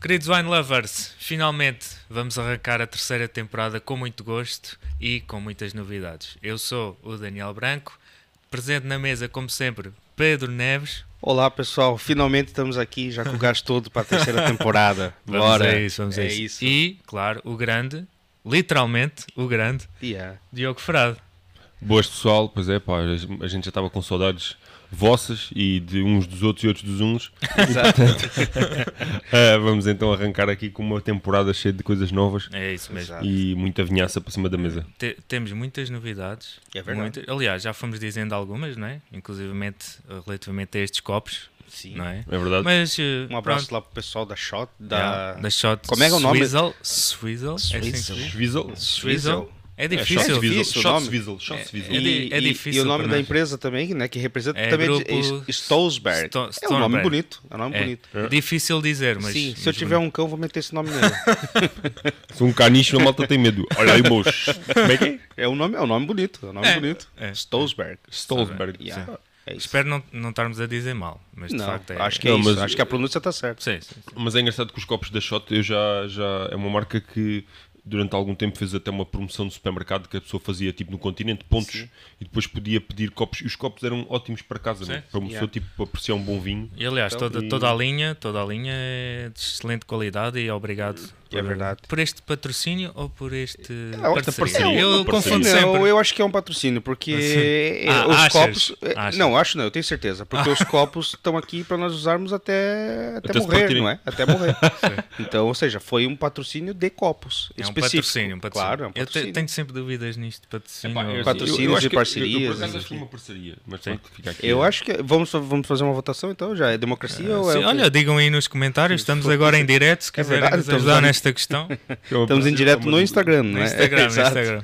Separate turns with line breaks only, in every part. Queridos Wine Lovers, finalmente vamos arrancar a terceira temporada com muito gosto e com muitas novidades. Eu sou o Daniel Branco, presente na mesa, como sempre, Pedro Neves.
Olá pessoal, finalmente estamos aqui já com o gás todo para a terceira temporada.
Vamos a isso, vamos a
é
isso.
isso.
E, claro, o grande, literalmente o grande,
Yeah.
Diogo Frado.
Boas pessoal, pois é, pá, a gente já estava com saudades vossas e de uns dos outros e outros dos uns. Ah, vamos então arrancar aqui com uma temporada cheia de coisas novas
É isso mesmo.
Exato.
e muita vinhaça para cima da mesa.
Te- temos muitas novidades.
É verdade.
Muitas- aliás, já fomos dizendo algumas, não é? Inclusivamente eh, relativamente a estes copos,
Sim.
não é?
É verdade?
Mas, eh,
Um abraço
pronto,
lá para o pessoal da Shot,
yeah,
da,
da Shot
Como é que é o nome?
Swizzle. Swizzle. É assim que se
Swizzle.
diz?
Swizzle?
Swizzle. É
É, Shots
difícil.
Swizzle,
difícil o
Shots
nome.
Swizzle, Shots
É-
Swizzle.
é di-
E,
é
e-
difícil
e o nome
para
da
nós.
empresa também, né, que representa
É
também
grupo
é Stolzberg.
Sto-
é um nome
Stolzberg.
bonito, é um nome
É,
bonito.
é difícil dizer, mas.
Sim,
mas
se eu tiver um cão, vou meter esse nome nele.
Se um caniche, a malta tem medo. Olha aí, moço. Como é que é?
É um nome, é um nome bonito, é um nome
É,
bonito.
é.
Stolzberg.
Stolzberg.
Yeah. É isso.
Espero não, não estarmos a dizer mal, mas de
Não,
facto é.
acho que é
Não,
isso,
mas-
acho que a pronúncia está certa.
Sim, sim, sim.
Mas é engraçado que os copos da Shot eu já, já é uma marca que durante algum tempo fez até uma promoção de supermercado que a pessoa fazia tipo no continente pontos e depois podia pedir copos e os copos eram ótimos para casa, né? para uma pessoa tipo apreciar um bom vinho.
E aliás,
Então,
toda,
e-
toda a linha, toda a linha é de excelente qualidade e obrigado
É
Uhum.
verdade.
por este patrocínio ou por este
É, outra
parceria?
parceria.
Eu
Uma
confundo
parceria.
sempre.
Não, eu acho que é um patrocínio, porque é,
Ah,
os
achas?
copos. é,
Achas?
Não, acho não, eu tenho certeza. Porque os copos estão aqui para nós usarmos até, até,
Até se
morrer,
partirem.
não é? Até morrer. então, ou seja, foi um patrocínio de copos.
É um
específico.
patrocínio, um patrocínio.
Claro, é um
Eu te-
patrocínio.
tenho sempre dúvidas nisto de patrocínio. ou-
patrocínios
Eu- eu acho
e
que-
parcerias,
Eu, eu, por acaso,
não
acho que
sei.
foi uma parceria, mas pronto, fica aqui.
Eu acho que. Vamos, vamos fazer uma votação então? Já é democracia ou é.
Sim,
o quê?
olha, digam aí nos comentários, estamos agora em direto, se quiserem
É verdade,
nos
estamos
ajudar
ali.
nesta questão.
É uma
Estamos em
parceria,
direto no
mas-
Instagram,
No
não é?
Instagram, no
Exato.
Instagram.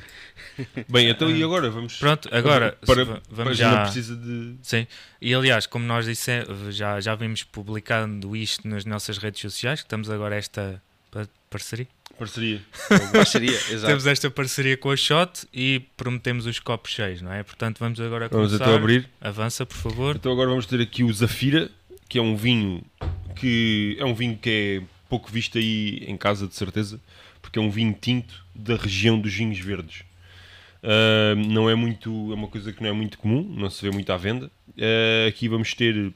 Bem, então e agora? Vamos.
Pronto, agora v-
para, para
vamos
já. Não
já.
precisa de.
Sim, e aliás, como nós dissemos, já, já vimos publicando isto nas nossas redes sociais, que estamos agora esta pa- parceria.
Parceria.
Parceria, exato.
Temos esta parceria com a Shot e prometemos os copos cheios, não é? Portanto, vamos agora
Vamos
começar.
então abrir.
Avança, por favor.
Então agora vamos ter aqui o Zafira, que é um vinho que é um vinho que é pouco visto aí em casa de certeza, porque é um vinho tinto da região dos vinhos verdes. Ah, não é muito, é uma coisa que não é muito comum, não se vê muito à venda. Ah, aqui vamos ter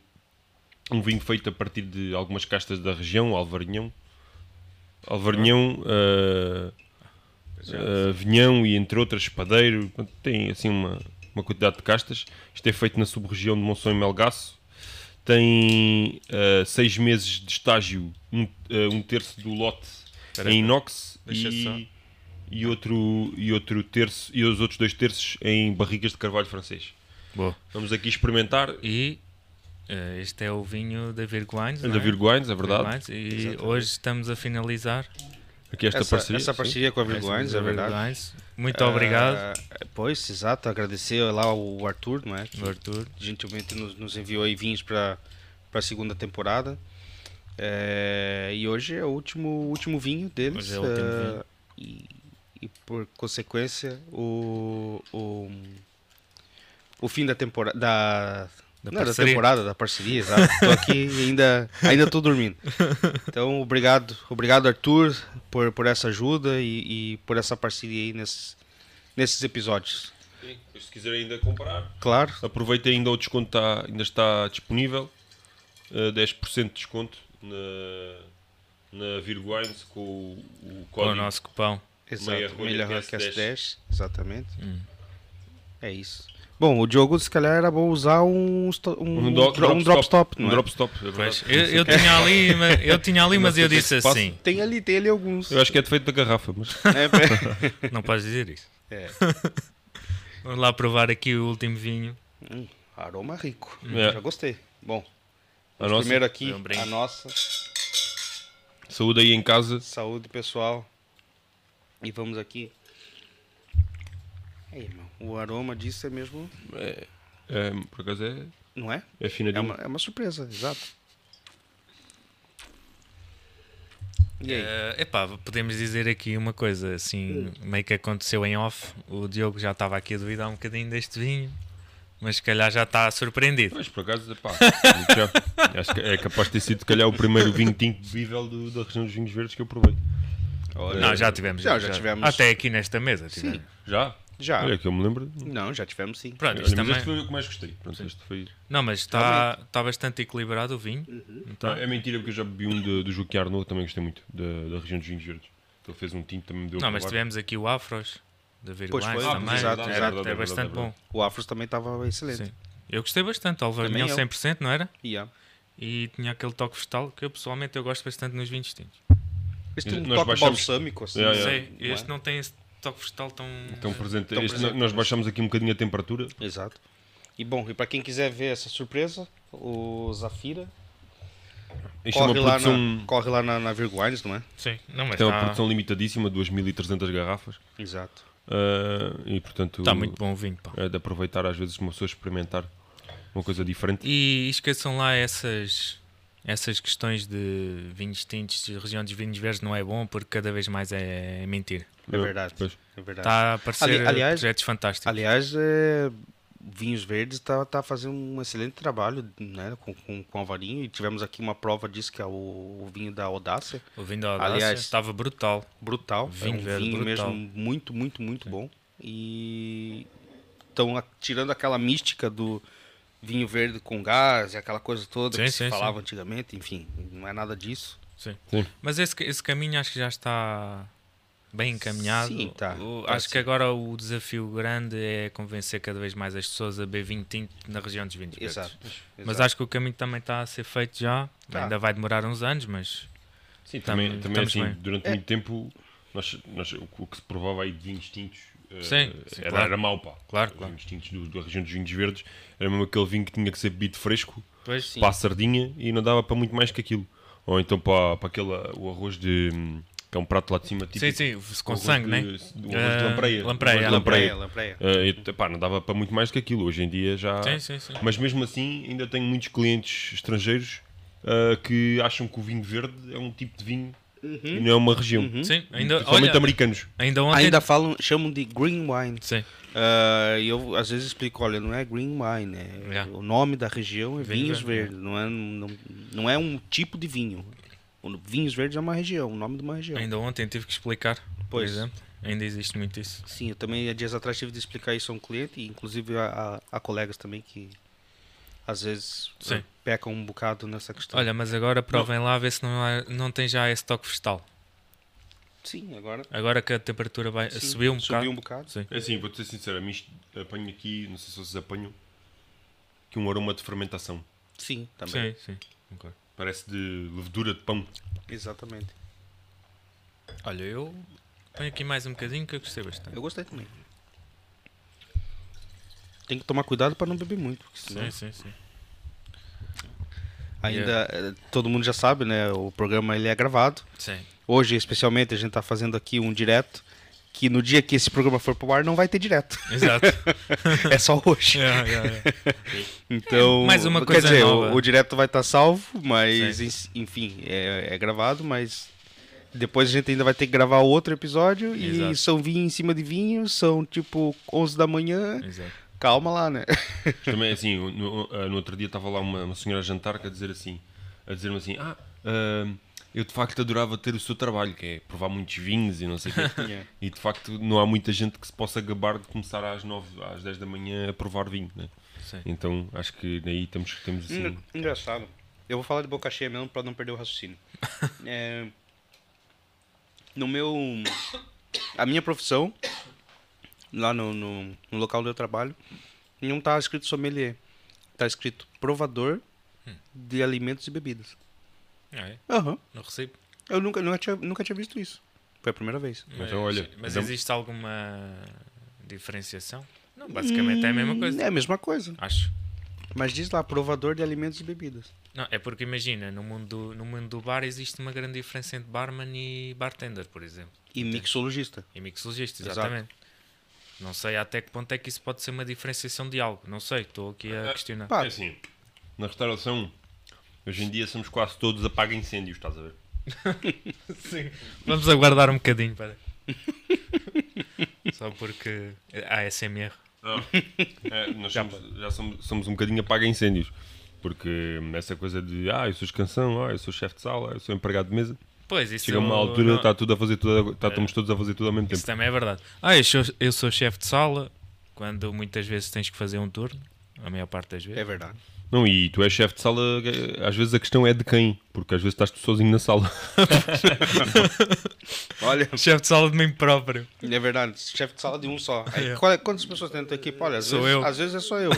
um vinho feito a partir de algumas castas da região, Alvarinhão, Alvarinhão, ah, Uh, vinhão e entre outras espadeiro, Portanto, tem assim uma, uma quantidade de castas. Isto é feito na sub-região de Monção e Melgaço. Tem uh, seis meses de estágio, um, uh, um terço do lote
Espera,
em inox
deixa só.
e, e, outro, e outro terço e os outros dois terços em barricas de carvalho francês.
Boa.
Vamos aqui experimentar
E eh, este é o vinho da Virguines.
da Virgoines, é verdade.
Virguines. E hoje estamos a finalizar.
Aqui esta
Essa
parceria.
parceria, essa
sim.
parceria com a Virguines,
Da
é verdade.
Virguines. Muito obrigado,
Ah, pois, exato. Agradecer lá o Arthur, não é?
Ah,
Arthur.
gentilmente nos, nos enviou aí vinhos para a segunda temporada. É, e hoje é o último, o último vinho deles.
Hoje é o último
é,
vinho.
E, e por consequência, o, o, o fim da temporada. Da,
Da
não, da
parceria.
temporada, da parceria, exato. Tô aqui e ainda, ainda tô dormindo. Então, obrigado, obrigado Arthur, por, por essa ajuda e, e por essa parceria aí nesses, nesses episódios.
Sim, Se quiser ainda comprar.
Claro,
Aproveita ainda o desconto tá- ainda está disponível. eh, 10% de desconto na, na Virguines com o, o
Com o
código.
nosso cupão.
Meia
Exato,
rolha
melhor
QS10.
Rockcast 10, exatamente.
Hum.
É isso. Bom, o Diogo, se calhar, era bom usar um, sto- um,
do-
dro- um drop stop, não
um
é?
drop stop, é
Pois,
verdade.
eu, eu tinha ali, mas- eu tinha ali, mas
sei
eu
o que é que
disse
se passa.
assim.
Tem ali, tem ali alguns.
Eu acho que é defeito da garrafa, mas
É, pra-
Não podes dizer isso.
É.
Vamos lá provar aqui o último vinho.
Hum, aroma rico.
É.
Já gostei. Bom,
a
vamos
nossa
primeiro aqui,
Foi um brinde.
a nossa
saúde aí em casa.
saúde pessoal. E vamos aqui. Aí, irmão, o aroma disso é mesmo.
É, é, por acaso é,
Não é?
é
É
finadinho.
uma, é uma surpresa, exato. E
É.
aí? Hum.
Eh, epá, podemos dizer aqui uma coisa, assim, meio que aconteceu em off. O Diogo já estava aqui a duvidar um bocadinho deste vinho. Mas se calhar já está surpreendido.
Pois, por acaso, pá, já. acho que é capaz de ter sido, se calhar, o primeiro vinho tinto bebível do- da região dos vinhos verdes que eu provei.
Olha,
Não, já tivemos.
É. Já, já tivemos.
Até aqui nesta mesa tivemos.
Já?
Já.
Olha, que eu me lembro.
Não, já tivemos sim.
Pronto, Ah,
Olha,
isto
mas
também...
este foi o que mais gostei. Pronto, este foi...
Não, mas está tá bastante equilibrado o vinho. Então,
Ah, É mentira, porque eu já bebi um de- do Joaquim Arnaud, também gostei muito, da, da região dos vinhos verdes. Que Ele fez um tinto, também me deu a
não, mas
provar.
tivemos aqui o Afros, da
Pois
Virgulais
foi,
ah,
também.
pois, exato,
Era-
exato, é
é
verdade, é
bastante bom.
verdade.
O Afros também estava excelente. ah,
Sim. Eu gostei bastante. Alvarminhão
Também eu.
100%, não era?
Yeah.
E tinha aquele toque vegetal que eu pessoalmente eu gosto bastante nos vinhos tintos.
Este tem um
Nós
toque
baixamos-
balsâmico, assim.
Yeah, Ah,
Não
yeah.
sei, este não tem esse toque vegetal tão...
Então, presente,
Então,
este,
presente.
Nós baixamos aqui um bocadinho a temperatura.
Exato. E bom, e para quem quiser ver essa surpresa, o Zafira
Isto
corre,
é uma
lá
produção...
na, corre lá na, na Virguines, não é?
Sim, não, mas tá.
Isto é uma
está
produção limitadíssima, 2.300 garrafas.
Exato.
Ah, e, portanto,
tá muito bom o vinho, pá.
é de aproveitar às vezes uma pessoa experimentar uma coisa diferente.
E esqueçam lá essas, essas questões de vinhos tintos, de região dos vinhos verdes não é bom porque cada vez mais é mentira.
É verdade.
Pois.
É verdade.
Está a parecer
Ali- aliás-
projetos fantásticos.
Aliás, é, Vinhos Verdes está tá fazendo um excelente trabalho né, com, com, com o Alvarinho. E tivemos aqui uma prova disso, que é o, o vinho da Audácia.
o vinho da Audácia
aliás-
estava brutal.
Brutal.
Vinho
é um
verde
vinho
brutal. É.
mesmo muito, muito, muito bom. E estão tirando aquela mística do vinho verde com gás e aquela coisa toda
Sim,
que
sim,
se falava antigamente. Enfim, não é nada disso.
Sim.
Sim.
Mas esse, esse caminho acho que já está bem encaminhado.
Sim, tá.
O-
Parece
acho que agora o desafio grande é convencer cada vez mais as pessoas a beber vinho tinto na região dos vinhos verdes.
Exato.
Mas
exato.
acho que o caminho também está a ser feito já.
Tá.
Ainda vai demorar uns anos, mas
Sim, também,
Tam-
também
Tá estamos
assim,
bem.
É.
durante muito tempo, nós, nós- o, o que se provava aí de vinhos tintos eh,
Sim, sim,
era,
claro.
era mau, pá.
Claro,
Os
claro.
vinhos tintos do- da região dos vinhos verdes era mesmo aquele vinho que tinha que ser bebido fresco
depois
para a sardinha e não dava para muito mais que aquilo. Ou então para, para aquele o arroz de. hum, que é um prato lá de cima tipo.
Sim, sim, com sangue, né?
O arroz de
Ah, lampreia.
lampreia. O arroz de
é.
Lampreia,
lampreia.
lampreia.
Eh, e, pá, não dava para muito mais que aquilo. Hoje em dia
tá.
já.
Sim, sim, sim.
Mas mesmo assim, ainda tenho muitos clientes estrangeiros ah, que acham que o vinho verde é um tipo de vinho e não é uma região.
Sim, ainda,
Principalmente
olha,
americanos.
ainda ontem.
hum, Ainda falam, chamam de green wine.
Sim,
Ah, E eu às vezes explico, olha, não é green wine, é-
Yeah.
o nome da região é
Vinho
vinhos
verde, né?
verdes, não é, não, não é um tipo de vinho. O vinhos verdes é uma região, o nome de uma região.
ainda ontem tive que explicar, por
Pois.
exemplo. Ainda existe muito isso.
Sim, eu também há dias atrás tive de explicar isso a um cliente, e inclusive a, a- a colegas também que às vezes
Sim.
pecam um bocado nessa questão.
Olha, mas agora provem lá ver se não, há- não tem já esse toque vegetal.
Sim, agora
Agora que a temperatura vai,
sim,
subiu um bocado.
subiu um bocado.
Sim.
É assim, vou-te ser sincero, a mim isto- apanho aqui, não sei se vocês apanham, que um aroma de fermentação.
Sim, também.
Sim, sim.
Parece de levedura de pão.
Exatamente.
Olha, eu ponho aqui mais um bocadinho que eu gostei bastante.
Eu gostei também. Tem que tomar cuidado para não beber muito, porque senão
Sim, sim, sim.
Ainda
é.
eh, todo mundo já sabe, né? O programa ele é gravado.
Sim.
Hoje, especialmente, a gente está fazendo aqui um direto. Que no dia que esse programa for pro ar, não vai ter direto.
Exato.
É só hoje.
Yeah, yeah, yeah.
Então,
mais uma
quer
coisa
dizer, o-
nova.
O, direto vai estar salvo, mas ens- enfim, é, é gravado, mas depois a gente ainda vai ter que gravar outro episódio
Exato.
e são vinho em cima de vinho, são tipo 11 da manhã.
Exato.
Calma lá, né?
Também assim, no, ah, no outro dia estava lá uma, uma senhora a jantar que a dizer assim, a dizer-me assim, ah, ah, eu de facto adorava ter o seu trabalho, que é provar muitos vinhos e não sei o quê.
Yeah.
E de facto não há muita gente que se possa gabar de começar às 9, às 10 da manhã a provar vinho, né?
Sim.
Então acho que daí temos, temos
Hum.
assim.
Engraçado. Eu vou falar de boca cheia mesmo pra não perder o raciocínio. É, no meu. A minha profissão, lá no, no, no local onde eu trabalho, não tá escrito sommelier. Tá escrito provador
Hum.
de alimentos e bebidas.
Ah, é?
Aham.
Não recebo.
Eu nunca, nunca, tinha, nunca tinha visto isso. Foi a primeira vez.
Mas,
Então, olha,
mas
então-
existe alguma diferenciação? Não, basicamente é a mesma coisa.
É a mesma coisa.
Acho.
Mas diz lá, provador de alimentos e bebidas.
Não, é porque imagina, no mundo, do, no mundo do bar existe uma grande diferença entre barman e bartender, por exemplo.
E mixologista.
E mixologista,
Exato.
exatamente. Não sei até que ponto é que isso pode ser uma diferenciação de algo. Não sei, estou aqui a questionar.
Pá,
É assim, na restauração, hoje em dia somos quase todos apaga incêndios, estás a ver?
Vamos aguardar um bocadinho, para. Só porque há SMR.
É, nós somos, já somos, somos um bocadinho apaga incêndios. Porque essa coisa de, ah, eu sou escansão, ah, eu sou chefe de sala, ah, eu sou empregado de mesa.
Pois, isso
Chega a uma altura, está tudo a fazer tudo, a- tá, estamos todos a fazer tudo ao mesmo tempo.
Isso também é verdade. Ah, eu sou, eu sou chefe de sala, quando muitas vezes tens que fazer um turno, a maior parte das vezes.
É verdade.
Não, e tu és chefe de sala, eh, às vezes a questão é de quem, porque às vezes estás tu sozinho na sala.
Olha,
Chefe de sala de mim próprio.
é verdade. Chefe de sala de um só. Aí,
É.
qual é- quantas pessoas tem na tua equipe? Olha, às,
Sou
vezes,
eu.
às vezes é só eu.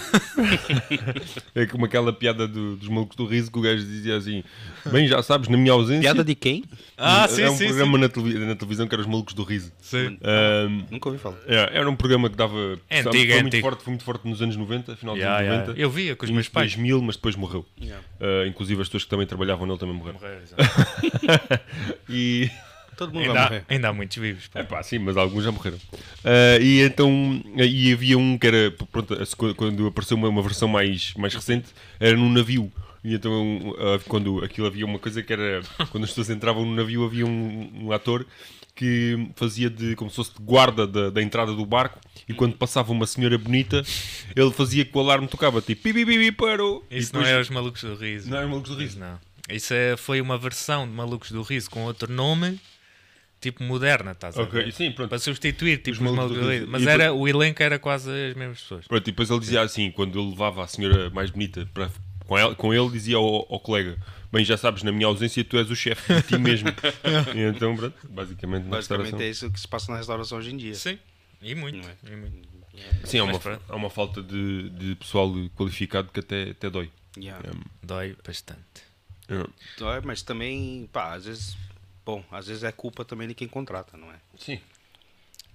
É como aquela piada do- dos malucos do riso que o gajo dizia assim: Bem, já sabes, na minha ausência.
de quem?
Ah,
é
sim,
um
sim,
programa Na, televi- na televisão que era os malucos do riso.
sim. sim.
Ahm,
Nunca ouvi falar.
é, era um programa que dava.
É
sabe,
antigo,
foi
é
muito
antigo.
forte, foi muito forte nos anos 90, final dos
Ya,
anos
ya,
90.
Eu via com os
e
meus
nos
pais.
2000, mas depois morreu.
Yeah.
Ah, inclusive as pessoas que também trabalhavam nele também morreram.
Morrer, já.
E.
Todo mundo vai
ainda,
morrer.
ainda há muitos vivos. pá.
É pá, sim, mas alguns já morreram. Ah, e então, e havia um que era, pronto, a sequ- quando apareceu uma, uma versão mais, mais recente, era num navio. E então, ah, quando aquilo havia uma coisa que era, quando as pessoas entravam no navio, havia um, um ator que fazia de, como se fosse de guarda da, da entrada do barco. E quando passava uma senhora bonita, ele fazia que o alarme tocava, tipo, pi, pi, pi, pi, parou. E
Isso
depois-
não é os malucos do riso.
Não é os Malucos do Riso.
Não. Isso é- foi uma versão de Malucos do Riso com outro nome, tipo moderna, estás a
Ok, é
ver?
sim, pronto.
Para substituir, tipo, os Malucos, do, Riso. Mas
E
era, o elenco era quase as mesmas pessoas.
Pronto, e depois ele dizia assim, quando ele levava a senhora mais bonita para, com, ela- com ele, dizia ao, ao colega, bem, já sabes, na minha ausência tu és o chefe de ti mesmo. e então, pronto, basicamente na
Basicamente
restauração.
é isso que se passa na restauração hoje em dia.
Sim, e muito.
Não é?
e muito.
Sim, há uma,
Mas pronto.
há uma falta de, de pessoal qualificado que até, até dói.
Yeah.
Dói bastante.
Dói, Mas também, pá, às vezes. Bom, às vezes é culpa também de quem contrata, não é?
Sim.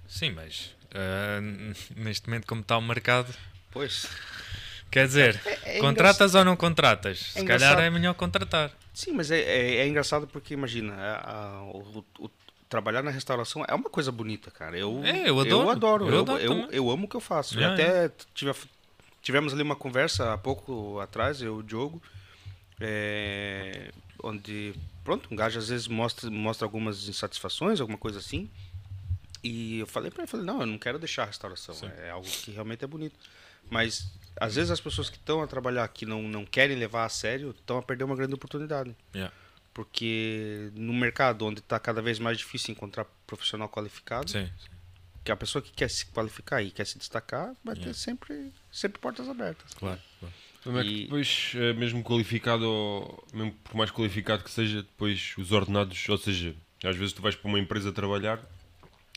Sim, mas ah, n- neste momento, como está o mercado,
Pois.
quer dizer,
é
contratas ou não contratas? Se
é
calhar é
engraçado.
melhor contratar.
Sim, mas é, é, é engraçado porque, imagina, a- a- o, o- o- trabalhar na restauração é uma coisa bonita, cara. Eu,
É, eu adoro.
Eu adoro.
Eu
Eu,
adoro
eu-
também.
eu amo o que eu faço. E
É.
até tive a- tivemos ali uma conversa há pouco atrás, eu e o Diogo, é, onde, pronto, um gajo às vezes mostra, mostra algumas insatisfações, alguma coisa assim. E eu falei para ele, falei, não, eu não quero deixar a restauração. É algo que realmente é bonito. Mas, às vezes, as pessoas que estão a trabalhar aqui não, não querem levar a sério, estão a perder uma grande oportunidade
Yeah,
porque no mercado onde está cada vez mais difícil encontrar profissional qualificado,
Sim,
que a pessoa que quer se qualificar e quer se destacar vai ter sempre, sempre portas abertas.
claro. claro.
Como é que
E-
depois, eh, mesmo qualificado, ou- mesmo por mais qualificado que seja, depois os ordenados, ou seja, às vezes tu vais para uma empresa trabalhar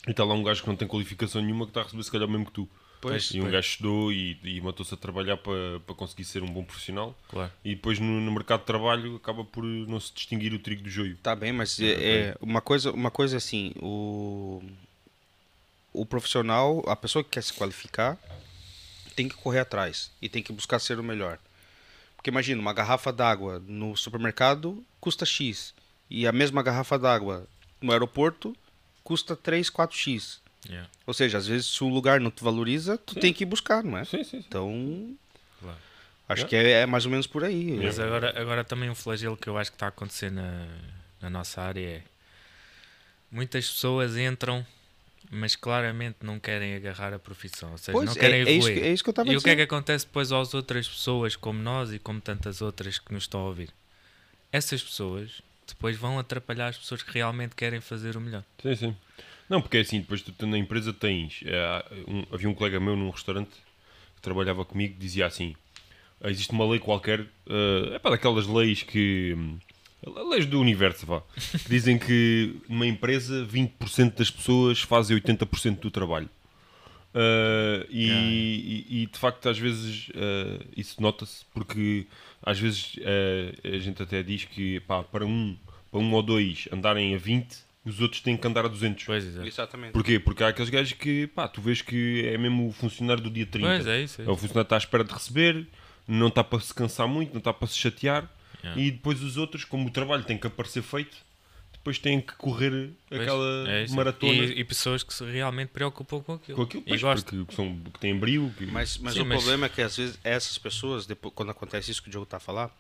e está lá um gajo que não tem qualificação nenhuma que está a receber se calhar o mesmo que tu.
Pois,
e um
pois.
gajo estudou e, e matou-se a trabalhar para, para conseguir ser um bom profissional
claro.
e depois no, no mercado de trabalho acaba por não se distinguir o trigo do joio.
Tá bem, mas é, é, uma coisa, uma coisa assim, o o profissional, a pessoa que quer se qualificar, tem que correr atrás e tem que buscar ser o melhor. Porque imagina, uma garrafa d'água no supermercado custa X e a mesma garrafa d'água no aeroporto custa 3, 4X.
Yeah,
Ou seja, às vezes se um lugar não te valoriza, tu tem que ir buscar, não é?
sim, sim.
Então,
claro.
acho que é, é mais ou menos por aí.
Mas agora, agora também um flagelo que eu acho que está a acontecer na, na nossa área é muitas pessoas entram, mas claramente não querem agarrar a profissão, ou seja,
Pois,
não
é-
querem
é isso
evoluir.
que- é isso que eu estava a
E o que é
dizer.
que acontece depois às outras pessoas como nós e como tantas outras que nos estão a ouvir? Essas pessoas depois vão atrapalhar as pessoas que realmente querem fazer o melhor.
Sim, sim. Não, porque é assim, depois tu na empresa tens. eh, um- havia um colega meu num restaurante que trabalhava comigo que dizia assim: "Ah, existe uma lei qualquer, eh, é para daquelas leis que. hum, Leis do universo, vá. Que dizem que numa empresa 20% das pessoas fazem 80% do trabalho. Uh, e, e- e, de facto, às vezes uh, isso nota-se, porque às vezes uh, a gente até diz que pá, para, um, para um ou dois andarem a 20, os outros têm que andar a 200.
Pois é.
Exatamente.
Porquê? Porque há aqueles gajos que pá, tu vês que é mesmo o funcionário do dia 30.
Pois é isso. É
É o
isso.
funcionário que está à espera de receber, não está para se cansar muito, não está para se chatear. E depois os outros, como o trabalho tem que aparecer feito, depois têm que correr
Pois,
aquela
é isso.
maratona
E, e pessoas que se realmente preocupam com aquilo.
com aquilo
e
pois,
gostam.
porque são, que têm brilho. Que...
Mas, mas
Sim,
o
mas-
problema é que às vezes essas pessoas, depois, quando acontece isso que o Diogo está a falar,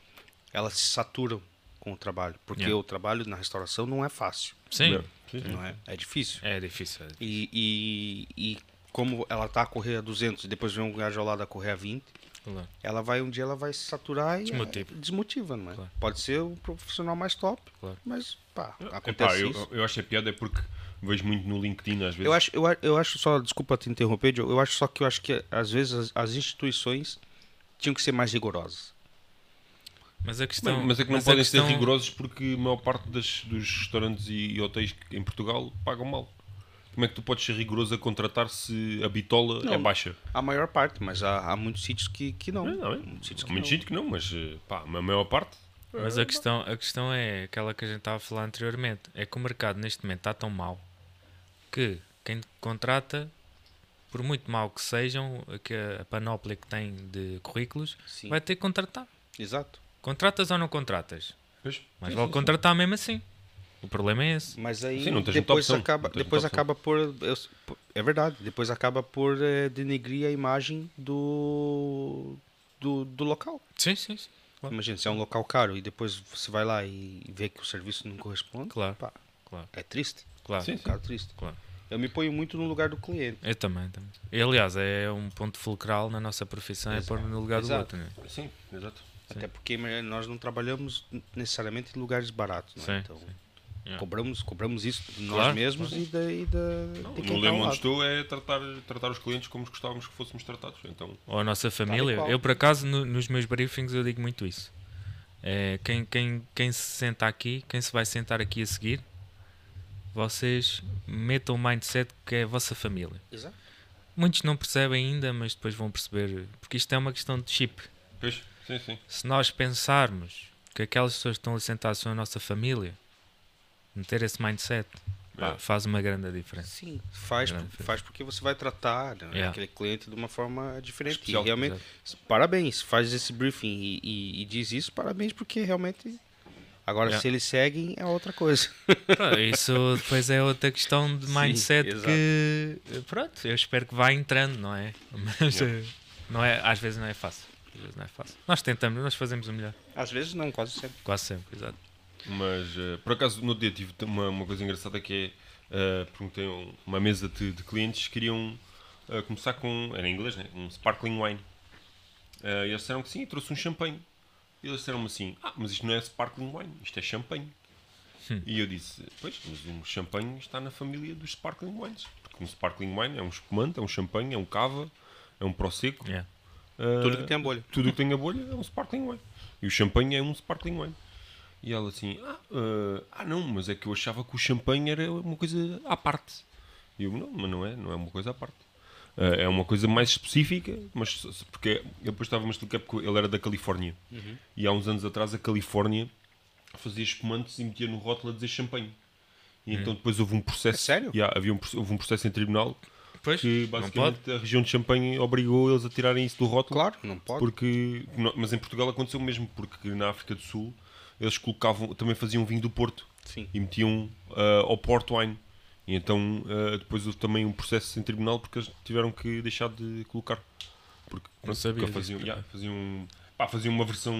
elas se saturam com o trabalho. Porque
Yeah.
o trabalho na restauração não é fácil,
Sim,
Sim.
não é? É difícil.
é difícil. é difícil.
E, e, e como ela tá a correr a 200 e depois vem um gajo ao lado a correr a 20,
Claro.
ela vai um dia ela vai se saturar e
Desmotiva.
é, desmotiva, não é?
Claro.
Pode ser um profissional mais top,
Claro.
mas pá, acontece
Epá, É, eu,
isso.
eu acho a piada é porque vejo muito no LinkedIn às vezes.
Eu acho, eu, a- eu acho só, desculpa te interromper, Diogo, eu acho só que eu acho que às vezes as, as instituições tinham que ser mais rigorosas.
Mas a
Bem,
questão.
mas é que não
a
podem
questão-
ser rigorosos porque a maior parte das- dos restaurantes e, e hotéis que- em Portugal pagam mal. Como é que tu podes ser rigoroso a contratar se a bitola é
Não.
baixa?
A maior parte, mas há, há muitos sítios que, que não.
Não, não é?
Muitos sítios
Há
que
muito
não.
gente que não, mas eh, pá, a maior parte.
Mas a questão, a questão é aquela que a gente estava a falar anteriormente. É que o mercado neste momento está tão mau que quem contrata, por muito mau que sejam, a que a panóplia que tem de currículos,
Sim.
vai ter que contratar.
Exato.
Contratas ou não contratas?
Pois,
Mas
sim,
vão
sim,
contratar mesmo assim. O problema é esse.
Mas aí
Sim, não tens muita
depois
opção.
acaba,
Não tens
depois
muita opção.
acaba por, eu- por- é verdade, depois acaba por eh, denegrir a imagem do, do, do local.
Sim, sim, sim. Claro.
Imagina, se é um local caro e depois você vai lá e vê que o serviço não corresponde,
Claro.
pá,
Claro,
é triste,
claro.
Sim,
é um bocado triste.
claro.
Eu me ponho muito no lugar do cliente.
Eu também, também. E, aliás, é um ponto fulcral na nossa profissão é pôr-me no lugar
Exato.
do outro. Né?
Sim, exato.
Até porque mas, nós não trabalhamos necessariamente em lugares baratos, né?
Sim,
então
Yeah.
cobramos, cobramos isso de
Claro,
nós mesmos e da, e da de
No
quem tá ao
lema onde
lado.
estou é tratar, tratar os clientes como gostávamos que fôssemos tratados. Então,
Ou a nossa família.
qual.
Eu, por acaso, no- nos meus briefings eu digo muito isso. É, quem, quem, quem se senta aqui, quem se vai sentar aqui a seguir, vocês metam o mindset que é a vossa família.
Exato.
Muitos não percebem ainda, mas depois vão perceber. Porque isto é uma questão de chip.
pois, sim, sim.
se nós pensarmos que aquelas pessoas que estão ali sentadas são a nossa família, meter esse mindset pá,
É.
faz uma grande diferença.
Sim, faz,
Grande
faz porque você vai tratar né,
Yeah.
aquele cliente de uma forma diferente.
Especial,
e realmente, parabéns, faz esse briefing e, e- e diz isso, parabéns, porque realmente. Agora,
Yeah.
se eles seguem, é outra coisa.
Pá, Isso depois é outra questão de
Sim,
mindset
exato.
que pronto, eu espero que vá entrando, não é? Mas eh, não é, às vezes não é fácil. Às vezes não é fácil. Nós tentamos, nós fazemos o melhor,
Às vezes, não, quase sempre.
quase sempre, exato.
Mas eh, por acaso no dia tive uma, uma coisa engraçada que é eh, perguntei a um- uma mesa de, de clientes que queriam eh, começar com era em inglês, né? um sparkling wine. Eh, e eles disseram que sim, e trouxe um champanhe. E eles disseram assim: Ah, mas isto não é sparkling wine, isto é champanhe.
Hum.
E eu disse: Pois, mas um champanhe está na família dos sparkling wines. Porque um sparkling wine é um espumante, é um champanhe, é um cava, é um prosecco.
Yeah.
Eh,
É. Tudo que tem a bolha.
tudo o que tem a bolha é um sparkling wine. E o champanhe é um sparkling wine. E ela assim, ah, eh, ah não, mas é que eu achava que o champanhe era uma coisa à parte. E eu, não, mas não é, não é uma coisa à parte. Eh, é uma coisa mais específica, mas só- só- porque eu depois estava-me a explicar porque ele era da Califórnia.
Uhum.
E há uns anos atrás a Califórnia fazia espumantes e metia no rótulo a dizer champanhe. E
Uhum.
então depois houve um processo.
sério?
Yeah, havia um, proce- houve um processo em tribunal
Pois,
que
não pode.
basicamente a região de Champanhe obrigou eles a tirarem isso do rótulo.
Claro, não pode.
Porque, no- mas em Portugal aconteceu o mesmo, porque na África do Sul eles colocavam, também faziam vinho do Porto
Sim.
e metiam ah, ao Port Wine. E então ah, depois houve também um processo em tribunal porque eles tiveram que deixar de colocar. Porque, pronto,
sabia
porque faziam,
disso, por
yeah, faziam, um, pá, faziam uma versão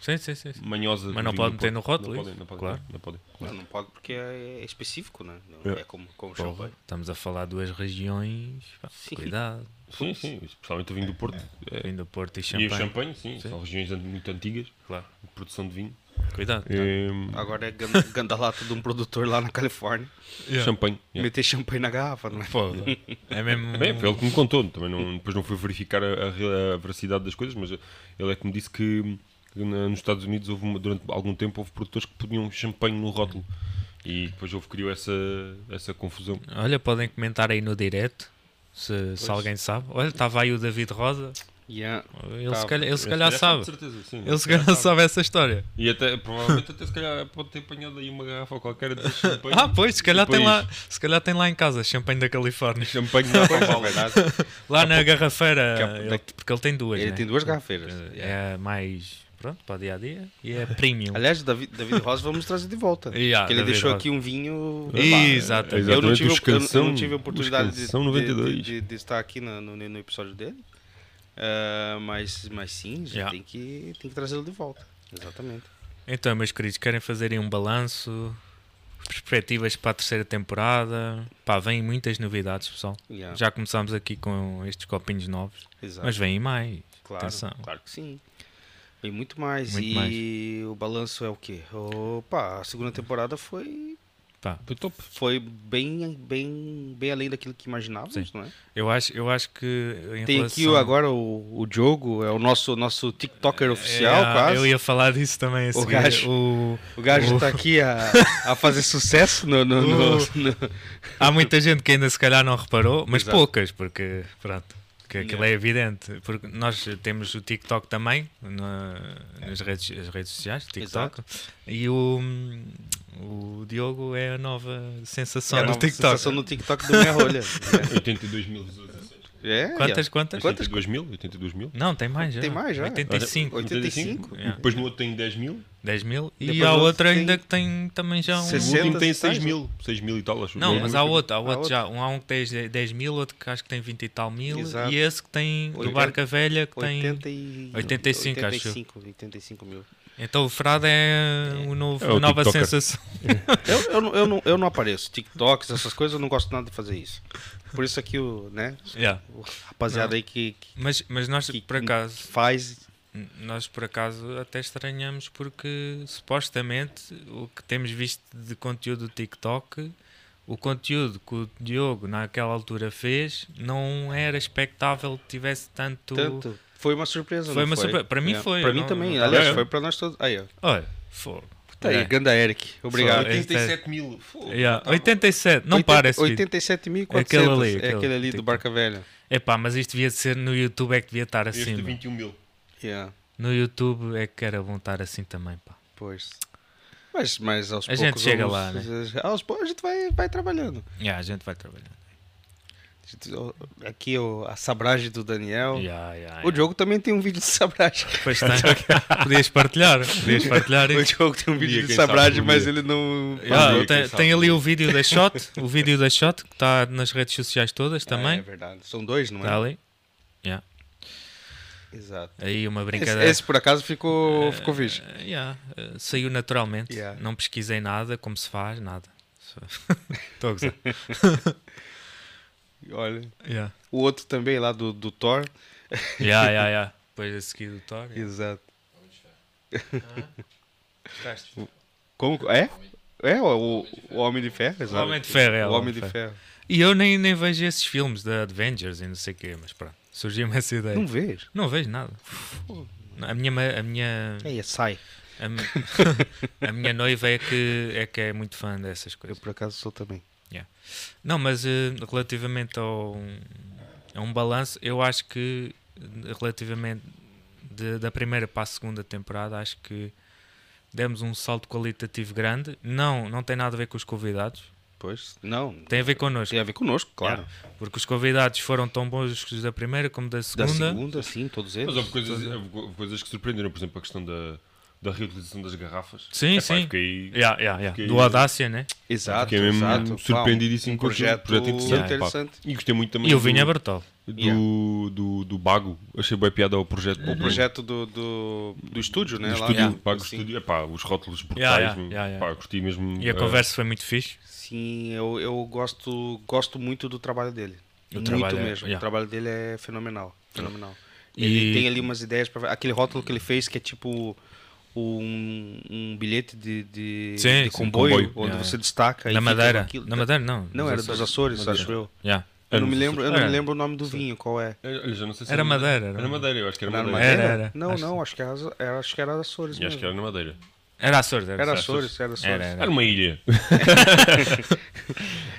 Sim, sim, sim. sim.
manhosa.
Mas
do
não
vinho
pode
do
meter
Porto.
no rótulo é
Não
isso,
podem, não podem.
claro.
Não podem.
Não, não pode porque é é específico, né? Não
É.
É como, como
Porra,
champanhe.
estamos a falar de duas regiões. pá,
Sim.
Cuidado,
Sim, sim, especialmente o vinho do Porto. É.
vindo do Porto e
E
champanhe.
o champanhe, sim, são regiões muito antigas
Claro.
de produção de vinho.
Cuidado.
É,
Agora é gan- gandalata de um produtor lá na Califórnia.
Champanhe. yeah.
Meter champanhe na garrafa, não é?
Foda. É mesmo.
Bem, foi ele que me contou, também não, depois não fui verificar a, a re- a veracidade das coisas, mas ele é que me disse que, que na- nos Estados Unidos houve uma- durante algum tempo houve produtores que podiam champanhe no rótulo e depois houve criou essa, essa confusão.
Olha, podem comentar aí no direto se, se alguém sabe. Olha, estava aí o David Rosa.
Yeah.
Ele se
Tava.
calhar, ele se calhar sabe.
De é certeza, sim.
Ele se calhar sabe essa história.
E até, provavelmente até se calhar pode ter apanhado aí uma garrafa qualquer de champanhe.
Ah, pois, se calhar,
Depois-
tem lá, se calhar tem lá em casa champanhe da Califórnia.
Champanhe na
É
Cambala.
verdade.
Lá na garrafeira.
que-
ele- porque ele tem duas.
Ele
né?
tem duas garrafeiras. Yeah.
É mais. Pronto, para o dia a dia. E é premium.
Aliás, o Davi- David Rosa vamos trazer de volta.
Yeah,
porque ele
David
deixou
Rosa.
aqui um vinho.
Exatamente.
Eu não,
Exatamente,
tive,
o
eu, eu não
Escansão-
tive a
o
oportunidade de,
Escansão
de-
92.
de- de estar aqui na- no, no episódio dele. Ah, mas, mas sim, já
Yeah.
tem que, tem que trazê-lo de volta. Exatamente.
Então, meus queridos, querem fazer aí um balanço? perspectivas para a terceira temporada. Pá, vêm muitas novidades, pessoal.
Yeah,
Já começámos aqui com estes copinhos novos,
exato.
mas vêm mais.
claro,
atenção.
claro que sim. Tem muito mais.
Muito
e o balanço é o quê? Opa, a segunda temporada foi
Pá,
Foi top.
foi bem bem bem além daquilo que imaginávamos, não é?
eu acho, eu acho que em
Tem
relação...
aqui o- agora o, o Diogo, é o nosso nosso TikToker oficial,
É,
quase.
Eu ia falar disso também. a
O
seguir.
gajo.
O-
O gajo
o-
tá aqui a, a fazer sucesso no, no, no- no-
Há muita gente que ainda se calhar não reparou, mas
Exato.
poucas, porque pronto, que aquilo é evidente. Porque nós temos o TikTok também, na- nas redes, as redes sociais, TikTok, e o, o Diogo é a nova sensação
é a
do
nova
TikTok.
sensação no TK do Minha Rolha.
82 mil visualizações.
É, é.
Quantas, quantas?
Quantas?
82 mil? 82 mil?
Não, tem mais já.
Tem mais já?
85,
85?
Yeah.
Depois no outro tem 10 mil.
10 mil. E
Depois
há
o outro
outra
tem
ainda que tem também já um...
60.
o último tem 6
60,
mil. 6 mil e tal, acho. É
Não, mas há outro, há outro,
outro.
já. Um, há um que tem 10 mil, outro que acho que tem 20 e tal mil.
Exato.
E esse que tem do
Oitenta-
Barca Velha que tem.
80 e...
85, acho.
85, 85 mil.
Então o Frade é o novo,
É o
nova
TikToker.
sensação.
Eu, eu, não- eu, não, eu não apareço. TikToks, essas coisas, eu não gosto nada de fazer isso. Por isso aqui, o, né?
Yeah.
O rapaziada aí que, que
Mas, mas nós
Que-
por acaso
faz.
nós por acaso até estranhamos porque supostamente o que temos visto de conteúdo do TikTok, o conteúdo que o Diogo naquela altura fez não era expectável que tivesse tanto.
Tanto. Foi uma surpresa,
Foi
não
uma surpresa. Pra mim foi,
Pra
eu
mim
não-
também.
não-
Aliás,
É.
foi pra nós todos. Aí, ó.
Olha, fogo.
Tá aí,
É.
Ganda Eric. Obrigado.
Só-
87 mil. Fogo.
Yeah. 87, não para esse vídeo.
87.400.
Aquele ali,
é
aquele.
aquele ali do
Tipo-
Barca Velha.
Epá, mas isto devia de ser no YouTube é que devia estar assim.
Este
meu.
21 mil.
Yeah,
No YouTube é que era bom estar assim também, pá.
pois. Mas, mas aos
A
poucos...
gente chega
vamos-
lá, né?
Aos poucos a gente vai, vai trabalhando.
Yeah, a gente vai trabalhar.
A gente- ó, Aqui ó, a sabragem do Daniel.
Yeah, yeah,
Então, O
yeah.
Diogo também tem um vídeo de sabragem.
Pois tem. Podias partilhar. Podias partilhar
O
isso.
Diogo tem um vídeo
dia,
de
quem sabe,
sabragem,
um
mas
dia.
ele não...
Yeah,
Quem
tem,
sabe.
tem ali o vídeo da Shot, o vídeo da Shot que está nas redes sociais todas
Ah, é
também. Tá.
verdade. São dois, não é?
Está ali.
Exato.
Aí uma
Esse,
brincadeira.
esse, por acaso ficou, ficou virgem.
Eh, yeah, eh, saiu naturalmente.
Yeah.
Não pesquisei nada, como se faz, nada. Só- Estou a gozar.
Olha.
Yeah.
O outro também lá do, do Thor.
Yeah, yeah, yeah. Depois a seguir do Thor. yeah.
Exato. Como? É? É o, o, o Homem de Ferro,
O
exato.
Homem de Ferro, é
O Homem de Ferro.
E eu nem, nem vejo esses filmes da Avengers e não sei o quê, mas pronto, surgiu-me essa ideia.
Não
Não,
vejo.
vejo nada. A minha, ma- a minha,
É, sai.
a, mi- a minha noiva é que, é que é muito fã dessas
Eu
coisas.
por acaso sou também.
Não, mas eh, relativamente ao, a um balanço, eu acho que eh, relativamente de- da primeira para a segunda temporada, acho que demos um salto qualitativo grande. Não, não tem nada a ver com os convidados,
Pois? Não.
tem a ver connosco.
Tem a ver conosco,
É.
claro.
Porque os convidados foram tão bons os da primeira como da
Da
segunda.
segunda, sim, todos eles.
Mas houve coisas, houve coisas que surpreenderam. Por exemplo, a questão da, da reutilização das garrafas.
Sim,
Epá,
sim. É.
Fiquei,
Yeah, yeah, yeah.
Porque-
Do Audácia, né?
Exato,
fiquei mesmo
exato.
surpreendidíssimo
Um
com aquilo.
projeto
projeto interessante. pá.
interessante.
E gostei muito também
E o é
do-
Vinha Bertol.
do,
Yeah.
do, do Bago. Achei boa piada ao projeto.
O projeto do, do, do estúdio,
Hum. do
né? lá,
estúdio,
né?
Bago
Sim.
Estúdio. Epá, os rótulos brutais.
Yeah, yeah,
meu.
yeah, yeah.
Pá, gostei mesmo.
E a
É.
eh,
conversa foi muito fixe.
Sim, eu, eu gosto, gosto muito do trabalho dele.
O
muito
trabalho é-
mesmo.
yeah.
O trabalho dele é fenomenal. Fenomenal.
E-
Ele tem ali umas ideias para. Aquele rótulo que ele fez que é tipo um, um bilhete de, de,
Sim,
de
sim,
comboio,
comboio.
onde
Yeah,
você destaca. e
Na
fica
Madeira.
aquilo.
Na Madeira, não.
Não, era dos Açores, acho eu.
Yeah.
Eu não me
Era
lembro, eu não me
Açores.
lembro o nome do vinho, qual é.
Eu eh, já não sei se
Era Madeira, era
Era Madeira, eu acho que era
Era na
Madeira.
Madeira?
era.
Não,
Acho-
não, acho que era, era- acho que era Açores
E acho que
mesmo.
era na Madeira.
Era Açores. Era,
Era
Açores.
Açores, era Açores.
Era, era.
Era uma ilha.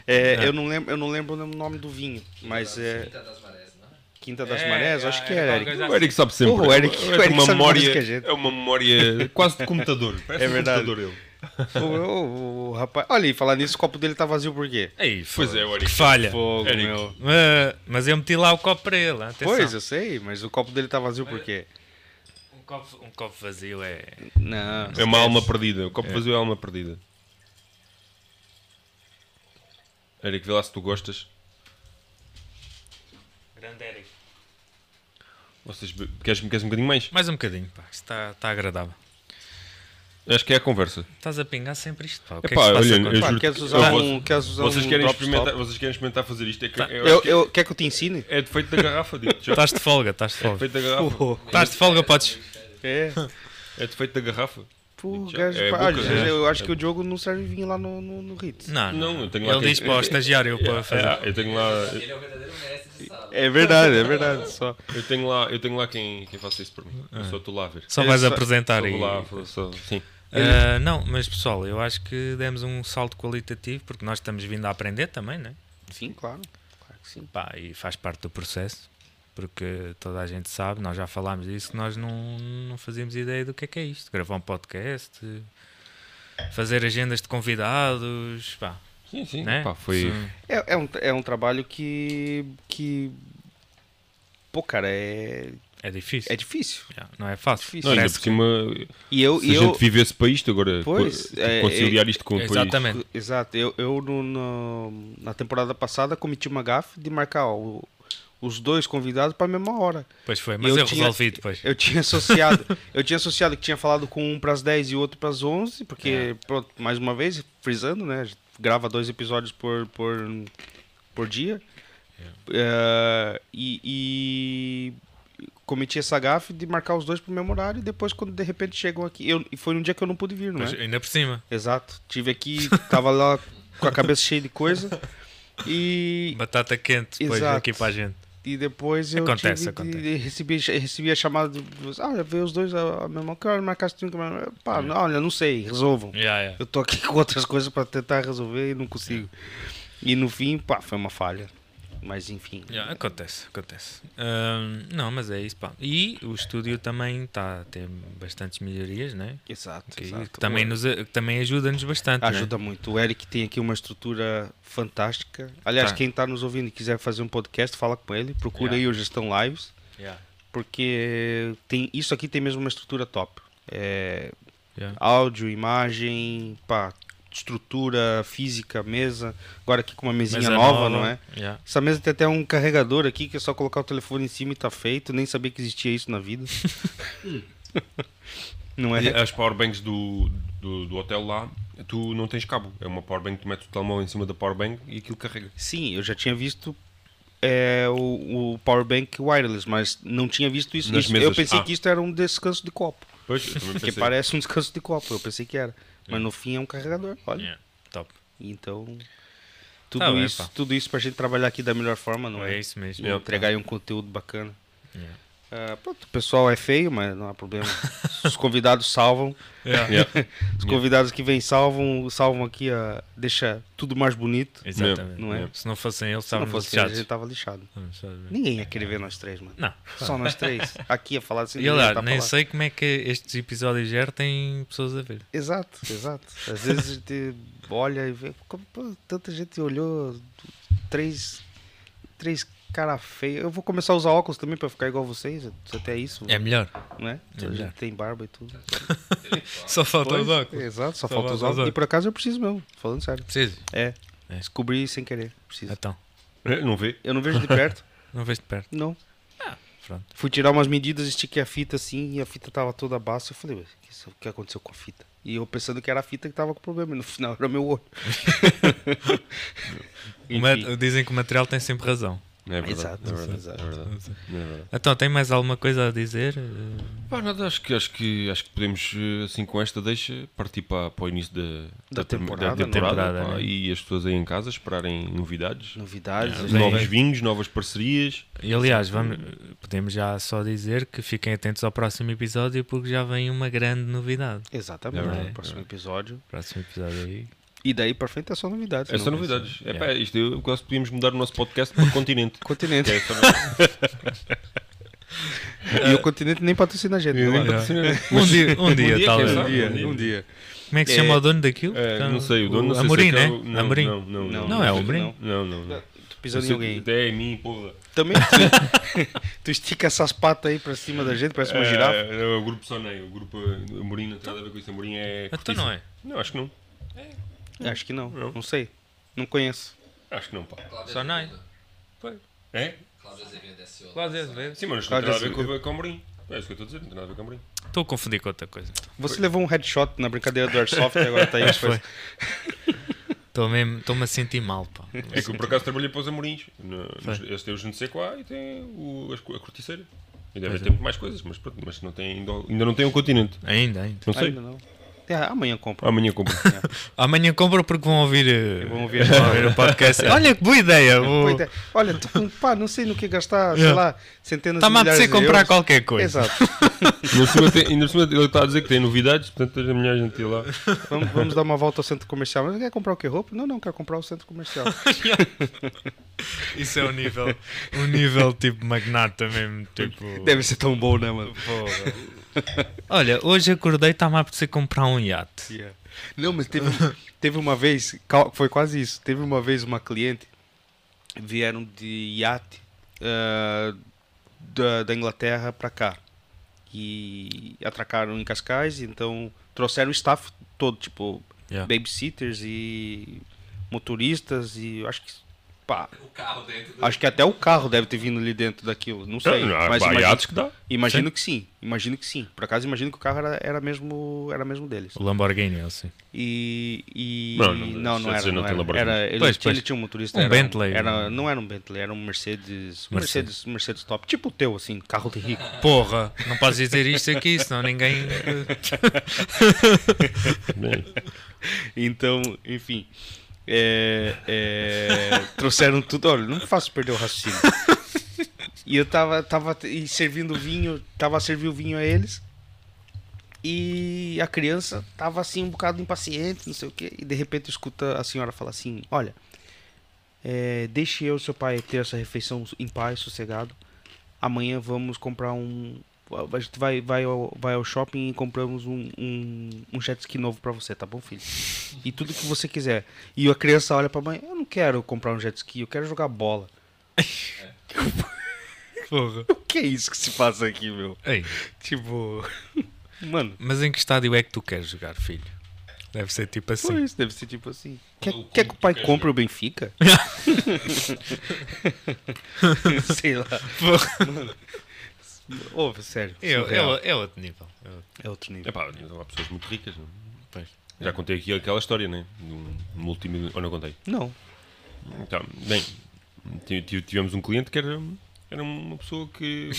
É, Eu, não lembro, eu não lembro o nome do vinho, mas é.
né?
Quinta
É,
das Marés, não? Quinta das Marés, acho que era, Eric.
O
assim.
Eric sabe sempre.
Porra, o Eric-
é
o Eric sabe
uma
mais
memória,
que a gente.
É uma memória quase de computador. Parece
É verdade.
um computador ele.
O, o- o rapaz. Olha, e falar nisso, o copo dele tá vazio por quê?
Ei,
Pois é, o
Que
Eric.
falha.
Fogo,
Eric.
meu.
Ah, mas eu meti lá o copo para ele. Atenção.
Pois, é. eu sei, mas o copo dele tá vazio por quê?
Um copo, um copo vazio é.
Não.
É uma alma perdida. O copo vazio é alma perdida. Eric, vê lá se tu gostas.
Grande Eric.
Vocês be- queres, queres um bocadinho mais?
Mais um bocadinho, pá. Isto está, está agradável.
Acho que é a conversa.
Estás a pingar sempre isto. Pá, o que é
Epá,
que se passa
olha,
Pá,
contigo?
juro-
queres
eu
usar
vou-
um. Queres usar
Vocês
um
querem,
drop
experimentar,
stop?
vocês querem experimentar fazer isto? É, que,
Tá.
eu
Eu, Tá.
acho que
eu, quer que eu te ensine?
é defeito da garrafa, digo.
Estás de folga, estás de
É
folga.
defeito da garrafa.
Pô,
Estás de folga, podes.
é.
É defeito da garrafa.
Pô,
Já-
gajo,
é
pá,
boca,
às vezes
né?
eu acho
É
que o Diogo não serve vinho lá no, no, no Ritz.
Não, não.
Não, eu tenho lá.
Ele
quem-
diz para o estagiário para fazer.
É, eu tenho lá,
Ele é o verdadeiro mestre de sala.
É verdade, é verdade. Só.
eu tenho lá, eu tenho lá quem, quem faça isso por mim. Eu só estou lá a ver.
Só
É
vais
só-
apresentar
Só
e.
vou lá, vou- só- sim.
Ah, não, mas pessoal, eu acho que demos um salto qualitativo porque nós estamos vindo a aprender também, né?
Sim, claro. Claro que sim.
Pá, e faz parte do processo porque toda a gente sabe, nós já falámos disso, que nós não, não fazíamos ideia do que é que é isto. Gravar um podcast, fazer agendas de convidados, pá,
Sim, sim.
né?
Pá, foi.
Sim.
É, é, um, é um trabalho que. que. Pô, cara, é.
É difícil.
É difícil.
Já, não é fácil.
Difícil.
Não, ainda
Parece
por
que-
cima,
E eu.
se
e
a
eu
gente vivesse para isto agora,
Pois,
co- tipo,
é,
conciliar isto com o país.
Exatamente.
Exato, eu, eu no- no- na temporada passada cometi uma gafe de marcar ó, o- os dois convidados para a mesma hora.
Pois foi, mas eu,
Eu tinha-
resolvi depois.
Eu tinha associado, eu tinha associado que tinha falado com um para as 10 e outro para as 11, porque, pronto, mais uma vez, frisando, né? a gente Grava dois episódios por, por, por dia. Eh, e, e cometi essa gafe de marcar os dois para o mesmo horário e depois, quando de repente chegam aqui. Eu, e foi num dia que eu não pude vir, não é?
Pois, ainda por cima.
Exato. Tive aqui, tava lá com a cabeça cheia de coisa. E,
Batata quente depois
Exato.
aqui para a gente.
e depois eu
Acontece,
tive
acontece.
De, recebi, recebi a chamada de, ah, já veio os dois a, a mesma cara, marcasse tudo. Pá,
É.
não, olha, não sei, resolvam.
Já, já.
Eu tô aqui com outras coisas para tentar resolver e não consigo.
É.
E no fim, pá, foi uma falha. Mas enfim.
Já, acontece, acontece. Ahm, não, mas é isso, pá. E o estúdio também está a ter bastantes melhorias, né?
Exato,
Que,
exato.
que também, nos, eh, né? que também ajuda-nos bastante.
Ajuda muito. O Eric tem aqui uma estrutura fantástica. Aliás,
Tá. É.
quem está nos ouvindo e quiser fazer um podcast, fala com ele. Procura aí o Gestão Lives.
Né? Já,
porque tem isso aqui tem mesmo uma estrutura top. É,
já.
áudio, imagem, pá, estrutura física, mesa. Agora aqui com uma mesinha
Mesa
nova, não é?
já.
Essa mesa tem até um carregador aqui que é só colocar o telefone em cima e tá feito. Nem sabia que existia isso na vida. não
E
é?
As powerbanks do, do, do hotel lá, tu não tens cabo. É uma powerbank, tu metes o telemóvel em cima da powerbank e aquilo carrega.
Sim, eu já tinha visto é, o, o powerbank wireless, mas não tinha visto isso.
Nas
Isso- eu
mesas.
pensei
Ah.
que isso era um descanso de copo.
Pois, eu também
Porque
pensei.
parece um descanso de copo, eu pensei que era. Mas no fim é um carregador, olha.
já. Top.
Então, tudo,
Tá bem,
isso,
pá.
tudo isso pra gente trabalhar aqui da melhor forma, não
É
é?
isso mesmo.
E
Yeah.
Entregar aí um conteúdo bacana.
Yeah.
Ah, pronto, o pessoal é feio, mas não há problema. Os convidados salvam.
Yeah.
Yeah.
Os convidados que vêm salvam, salvam aqui, a, deixa tudo mais bonito.
Exatamente.
Não é?
Yeah. Se não fossem eles,
Se não
estávamos
fosse, a gente
lixados.
tava lixado.
Estávamos lixados.
Ninguém ia querer ver nós três, mano.
Não.
Só nós três. Aqui ia falar assim.
E
ninguém ia
olha,
tá
nem
falando.
sei como é que estes episódios já têm pessoas a ver.
Exato, exato. Às vezes a gente olha e vê. como, pô, tanta gente olhou. Três. Três cara feia. Eu vou começar a usar óculos também pra ficar igual vocês. Até isso,
É melhor.
né?
é
a
melhor.
gente tem barba e tudo.
Só falta os
Pois,
óculos.
Exato, só,
Só
falta os
falta os
óculos. E
óculos.
por acaso eu preciso mesmo, falando sério.
Preciso.
É.
É.
Descobri sem querer. Preciso.
Então,
É, Não vê?
Eu não vejo de perto,
não vejo de perto.
não.
Pronto.
Fui tirar umas medidas, estiquei a fita assim e a fita tava toda baixa. Eu falei, "Ué, o que isso- o que aconteceu com a fita? E eu pensando que era a fita que tava com problema. E no final era meu olho.
O
é
ma- Dizem que o material tem sempre razão.
Não é verdade.
Exato,
não é verdade,
exato.
não é verdade, não é verdade.
Então, tem mais alguma coisa a dizer? Eh,
Pá, nada, acho que, acho que, acho que podemos, eh, assim, com esta deixa, partir para, para o início da,
Da
prim-
temporada, é?
da temporada,
Temporada,
pá,
né?
e as pessoas aí em casa esperarem novidades,
Novidades, né?
Ah,
a gente
bem.
novos
vai-
vinhos, novas parcerias.
E aliás, vamos, podemos já só dizer que fiquem atentos ao próximo episódio porque já vem uma grande novidade.
Exatamente, né?
É
no
verdade,
próximo episódio.
Próximo episódio aí.
E daí pra frente é só novidades.
É
não
só
vai
novidades. É,
Yeah.
pá, isto, eu quase podíamos mudar o nosso podcast para o continente.
ser- Continente.
Que é só novidades.
E o continente nem patrocina a gente.
Eu
né?
nem patrocina.
É, Um dia, um dia,
dia,
talvez.
quem
Um
é? Um
dia,
dia.
um dia.
Como é que se chama
É,
o dono daquilo?
Eh,
Então,
não sei, o dono não sei
Amorim,
se é que é
né?
o- não,
Amorim.
Não, não, não.
Não, é o Amorim?
Não, não, não.
Tô pisando em
Esse-
alguém.
É em mim, porra.
Também tu, tu estica essas patas aí pra cima da gente, parece uma
É,
girafa.
é o grupo Sonei, o grupo eh, Amorim não tem nada a ver com isso. Amorim é.
Então
cortiça.
não é.
Não, acho que não.
Acho que não,
Não.
não sei. Não conheço.
Acho que não, pá.
Cláudio
Só não é.
Azevedo.
É?
Cláudio Azevedo é CEO.
Quase às vezes.
Sim, mas não tem
Olha,
nada a ver com, com o Amorim. É isso que eu estou a dizer, não tem nada a ver com a Amorim.
Estou a confundir com outra coisa.
Você levou um headshot na brincadeira do Airsoft e agora tá aí as
É, Foi.
coisas.
Estou-me a sentir mal, pá.
É que eu por acaso trabalhei para os Amorins. No- nos- Eles têm o Junsequá e têm o, as co- a corticeira. E devem ter muito mais coisas, mas pronto, mas não tem, ainda, ainda não tem o continente.
Ainda, ainda.
Não sei.
Ainda não. É, amanhã compro.
Amanhã compro.
Amanhã compro porque vão ouvir, eh,
Vão ouvir.
vão ouvir o podcast. Olha que boa ideia. Vou...
Boa ideia. é. Olha, tô com, pá, não sei no que gastar, sei
É.
lá, centenas de
Está-me a
milhares de
apetecer comprar
euros.
qualquer coisa.
Exato.
Ainda por cima tem- ainda por cima ele está a dizer que tem novidades, portanto a minha gente ir lá.
Vamos, vamos dar uma volta ao centro comercial. Mas quer comprar o que? Roupa? Não, não, quero comprar o centro comercial.
Isso é um nível, um nível tipo magnata mesmo. Tipo,
Deve ser tão bom, né, mano?
porra. Olha, hoje acordei e está-me a apetecer comprar um iate.
Yeah. Não, mas teve, teve uma vez, cal- foi quase isso. Teve uma vez uma cliente, vieram de iate ah, da, da Inglaterra para cá e atracaram em Cascais. Então trouxeram o staff todo, tipo
Yeah.
babysitters e motoristas e acho que pá,
O carro dentro do.
acho que até o carro deve ter vindo ali dentro daquilo. Não sei,
Há
mas
há
imagino,
iates que dá.
imagino que sim, imagino que sim. Por acaso imagino que o carro era, era mesmo, era mesmo deles.
O Lamborghini, assim.
E, e-
Não,
não,
não,
não,
isso é
era,
dizer, não
não
tem
era.
Lamborghini.
Era- ele,
Pois,
tinha, ele
pois.
tinha um motorista.
Um
era
Bentley.
era- não era um Bentley, era um Mercedes, um Mercedes, Mercedes top, tipo o teu assim, carro de rico.
Porra, não podes dizer isto aqui, senão ninguém.
Bem,
Então, enfim. é, é, trouxeram tudo. Olha, não me faço perder o raciocínio. E eu tava, tava e servindo vinho, tava a servir o vinho a eles. E a criança tava assim, um bocado impaciente, não sei o que E de repente escuta a senhora falar assim: Olha, é, deixe eu e seu pai ter essa refeição em paz, sossegado. Amanhã vamos comprar um. A gente vai, vai, ao, vai ao shopping e compramos um, um, um jet ski novo pra você, tá bom, filho? E tudo que você quiser. E a criança olha pra mãe: Eu não quero comprar um jet ski, eu quero jogar bola.
Porra.
O que é isso que se passa aqui, meu?
Ei,
Tipo. Mano,
mas em que estádio é que tu queres jogar, filho? Deve ser tipo
foi
assim.
isso, deve ser tipo assim. Quer,
Quando o
quer que o
clube
pai
quer
compre o Benfica? Sei lá. Mano. Ô, sério.
Eu-
surreal.
é, é outro nível. É outro-
É outro nível.
epá, há pessoas muito ricas. Não? é?
pois.
Já contei aqui aquela história, né? De um multimilionário. Ou não contei?
Não.
Então, bem, ti- ti- tivemos um cliente que era, era uma pessoa que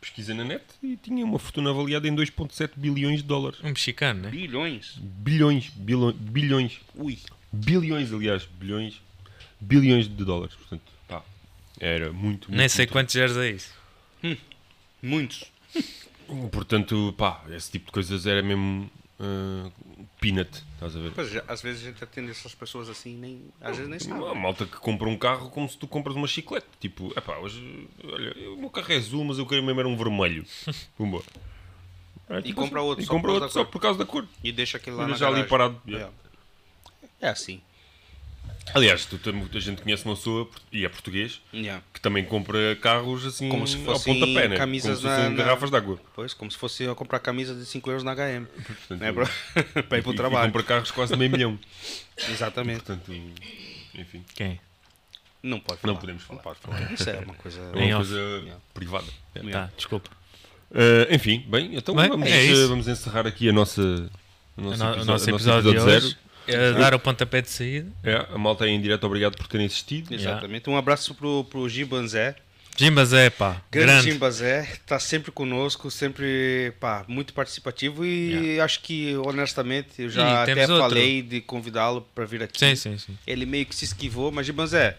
pesquisa na net e tinha uma fortuna avaliada em 2,7 bilhões de dólares.
Um mexicano, né?
Bilhões?
Bilhões, bilhões, bilhões,
Ui.
bilhões, aliás, bilhões, bilhões de dólares. Portanto, pá, era muito, muito
Nem sei
muito.
quantos zeros é isso.
Muitos.
Portanto, pá, esse tipo de coisas era mesmo ah, peanut, estás a ver?
Pois, já- às vezes a gente atende essas pessoas assim, nem, às vezes nem
Uma
sabe.
malta que compra um carro como se tu compras uma chiclete. Tipo, epá, hoje, olha, eu- o meu carro é azul, mas eu queria mesmo era um vermelho. Pumba. É, tipo
compra outro
e
só
compra
por causa da
outro só
cor.
por causa da cor.
E deixa aquele lá
Olha
na
já ali
garagem.
parado.
É. É assim.
Aliás, tu, tem muita gente conhece uma pessoa, por- e é português,
Yeah.
que também compra carros assim
Como se
ao
fossem
pontapé, né?
camisas
como se fossem
na- Né, na-
garrafas de água.
Pois, como se fosse eu comprar camisa de 5 euros na HM.
Portanto,
Né, pra, pra ir
e-
pro
e
trabalho.
compra carros quase de meio milhão.
Exatamente.
Portanto, enfim,
Quem?
Não pode falar.
não podemos falar.
Não pode falar. Isso é uma coisa.
É
Em
uma
off.
coisa privada. É.
Tá, desculpa.
Uh, enfim, bem, então
Bem,
vamos,
é
uh,
isso.
vamos encerrar aqui a nossa, a
O no- o nosso
nossa episo- a nosso
episódio de
episódio
hoje. é dar o pontapé de saída.
É, a malta aí em direto, obrigado por terem assistido.
Exatamente. Um abraço pro, pro Gibanzé.
Jimbas é pá.
Grande
Grande.
Gibanzé. Tá sempre conosco, sempre, pá, muito participativo e acho que, honestamente, eu já
E
até
temos outro.
falei de convidá-lo pra vir aqui.
Sim, sim, sim.
Ele meio que se esquivou, mas Gibanzé,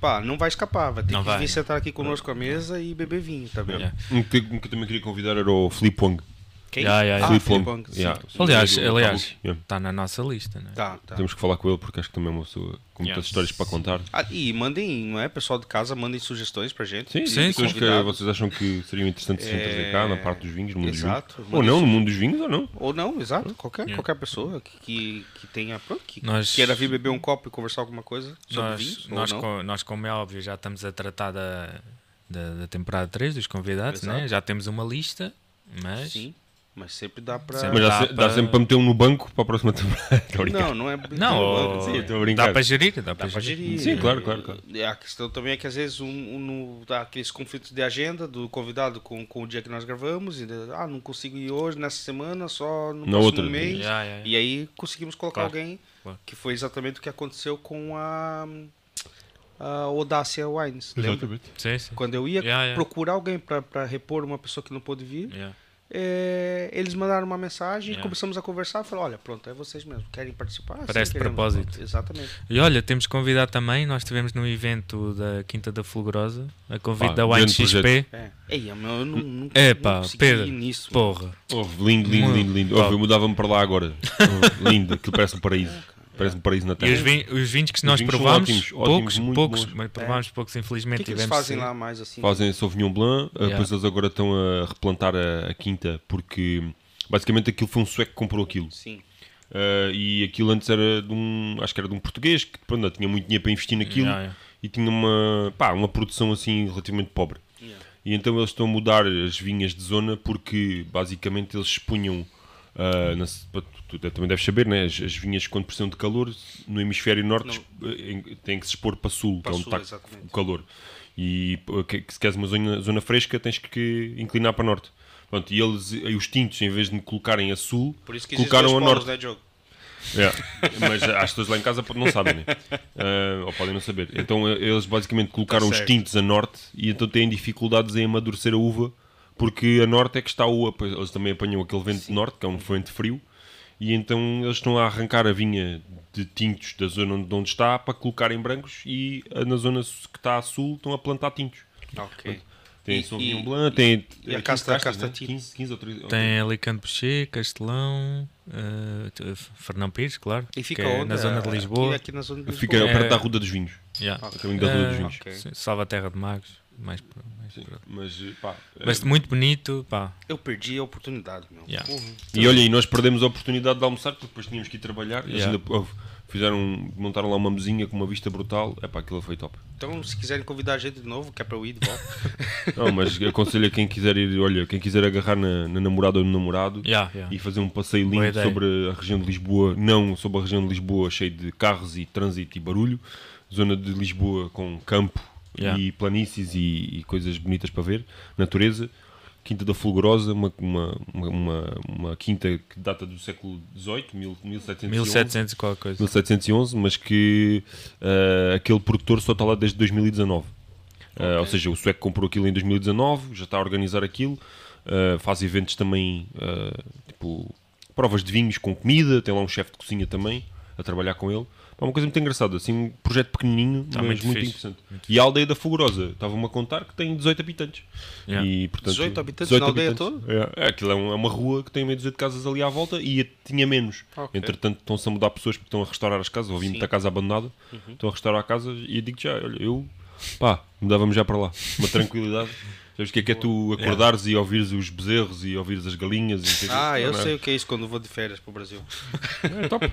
pá, não vai escapar. Vai ter
Não
que
vai.
vir sentar aqui conosco à mesa e beber vinho tá também.
Yeah.
Um que, um que eu também queria convidar era o Filipe Wong.
Quem?
Yeah, yeah,
Ah,
yeah.
Filipe Wong, sim.
yeah.
Aliás,
Sim, do-
aliás,
do- yeah.
está na nossa lista, né?
Tá, tá.
Temos que falar com ele porque acho que também é uma pessoa com muitas
Yeah.
histórias para contar.
Ah, e mandem, não é? Pessoal de casa, mandem sugestões pra gente.
Sim,
Sim, sim, pessoas
sim.
que vocês acham que seriam interessantes sim
É,
trazer cá na parte dos vinhos, no mundo
exato.
dos vinhos. Ou não, no mundo dos vinhos ou não.
Ou não, exato. Qualquer,
Yeah.
qualquer pessoa que, que, que tenha. pronto, Que
Nós-
queira vir beber um copo e conversar alguma coisa sobre
Nós,
vinhos.
nós,
ou não.
co- nós, como é óbvio, já estamos a tratar é? da, da, da temporada 3 dos convidados, né? já temos uma lista, mas
Sim. Mas sempre dá pra.
Sempre
Mas dá,
Dá
se-
para-
dá sempre para meter um no banco para a próxima temporada. Tô a brincar.
Não, não é.
Não,
Sim,
ou-
estou a brincar.
dá para gerir, dá
Dá
para
pra
gerir.
gerir.
é.
né?
Sim, claro, claro, claro.
E A questão também é que às vezes um, um, no- dá aqueles conflitos de agenda do convidado com, com o dia que nós gravamos. E, ah, não consigo ir hoje, nessa semana, só no
Na
próximo
outra. né?
mês.
Já, já, já.
E aí conseguimos colocar
Claro,
alguém
claro.
que foi exatamente o que aconteceu com a, a Audácia Wines. Lembra?
Exatamente.
Sim, sim.
Quando eu ia
Yeah, yeah.
procurar alguém pra pra repor uma pessoa que não pôde vir,
Yeah.
é, eles mandaram uma mensagem
Yeah.
e começamos a conversar. Eu falei, olha, pronto, é vocês mesmos. Querem participar? Assim, Sim,
Parece de
queremos.
propósito.
Pronto, Exatamente.
E olha, temos que convidar também, nós estivemos num evento da Quinta da Fulgurosa, a convite
Pá,
da Wine
grande
XP.
projeto.
É. Ei, eu não, eu não, não,
É
não
pá,
consegui
Pedro,
ir nisso.
porra.
Houve, lindo, lindo,
Muito
lindo, lindo. Houve, eu mudava-me para lá agora. Houve, lindo, aquilo parece um paraíso. Parece um paraíso
E
na
os,
Terra.
vin os vinhos que nós
vinhos são
provámos,
ótimos, ótimos,
poucos,
muito
poucos,
bons.
mas provámos poucos,
O
infelizmente
é que, que eles
tivemos
fazem
de
lá mais assim?
Fazem Sauvignon Blanc, eh,
Yeah.
depois eles agora estão a replantar a, a quinta, porque basicamente aquilo foi um sueco que comprou aquilo.
Sim.
Eh, e aquilo antes era de um, acho que era de um português que pronto, tinha muito dinheiro para investir naquilo
Yeah, yeah.
e tinha uma, pá, uma produção assim relativamente pobre.
Yeah.
E então eles estão a mudar as vinhas de zona porque basicamente eles expunham, ah, na- pá, tu, tu também deves saber, né? as, as vinhas quando precisam de calor no hemisfério norte exp- eh, têm que se expor para sul,
Para
que é onde
sul,
está
exatamente.
o calor. E pô, que- que se queres uma zona, zona fresca tens que inclinar para norte. Pronto, e eles, e os tintos, em vez de me colocarem a sul,
Por isso que existem
colocaram
dois
a
polos,
norte.
né, Diogo?
É, mas as pessoas lá em casa não sabem, né? Ah, ou podem não saber. Então eh, eles basicamente colocaram os
certo.
tintos a norte e então têm dificuldades em amadurecer a uva porque a norte é que está a uva. Pois Eles também apanham aquele vento de norte, que é um vento frio, e então eles estão a arrancar a vinha de tintos da zona onde- de onde está para colocar em brancos e ah, na zona su- que está a sul estão a plantar tintos.
Ok.
Tem
E-
Sauvignon
e-
Blanc, tem.
e a
eh,
casta-
15 castas,
casta
né?
tintos.
15, 15 ou 13.
Tem Alicante Pechê, Castelão, eh, t- Fernão Pires, claro.
E fica
que é
onde? Ah,
na zona de
Aqui-
Lisboa.
Aqui na zona de
Fica
Lisboa.
perto
É.
da Ruda dos Vinhos.
Yeah.
a caminho da Ruda dos
Eh,
Vinhos.
Ok.
Sim, Salva a Terra de Magos, mais pra- mais pra-
Mas, eh, pá, eh,
Mas muito bonito, pá.
Eu perdi a oportunidade, meu.
Yeah.
Porra.
E olha, e nós perdemos a oportunidade de almoçar porque depois tínhamos que ir trabalhar. Eles
Yeah.
ainda houve, fizeram, montaram lá uma mesinha com uma vista brutal. É pá, aquilo foi top.
Então, se quiserem convidar a gente de novo, que é pra eu ir de volta.
Não, mas aconselho a quem quiser ir, olha, quem quiser agarrar na, na namorada ou no namorado
Yeah, yeah.
e fazer um passeio
Boa
lindo
ideia.
sobre a região de Lisboa, não sobre a região de Lisboa cheia de carros e trânsito e barulho, zona de Lisboa com campo
Yeah.
e planícies e, e coisas bonitas para ver, natureza. Quinta da Fulgurosa, uma, uma, uma, uma- uma quinta que data do século XVIII, 1711.
1700 e qualquer coisa.
1711, mas que eh, aquele produtor só está lá desde 2019. Eh, ou seja, o sueco comprou aquilo em 2019, já está a organizar aquilo, eh, faz eventos também, eh, tipo, provas de vinhos com comida, tem lá um chefe de cozinha também a trabalhar com ele. Pá, uma coisa muito engraçada, assim, um projeto pequenininho,
Tá
mas
muito
muito,
fixe.
interessante. e a aldeia da Fulgurosa, estava-me a contar que tem 18 habitantes.
Yeah.
E, portanto,
18 habitantes na aldeia
É, é, aquilo é, um- é uma rua que tem meio de 18 casas ali à volta e tinha menos.
Ok.
Entretanto, estão-se a mudar pessoas porque estão a restaurar as casas. Ouvi muita casa abandonada,
Uhum.
estão a restaurar casas e eu digo já, olha, eu pá, mudávamos já para lá. Uma tranquilidade. Sabes o que é que é tu acordares e ouvires os bezerros e ouvires as galinhas? E não sei o quê?
Ah, eu
Não é?
sei o que é isso quando eu vou de férias pro Brasil.
É top.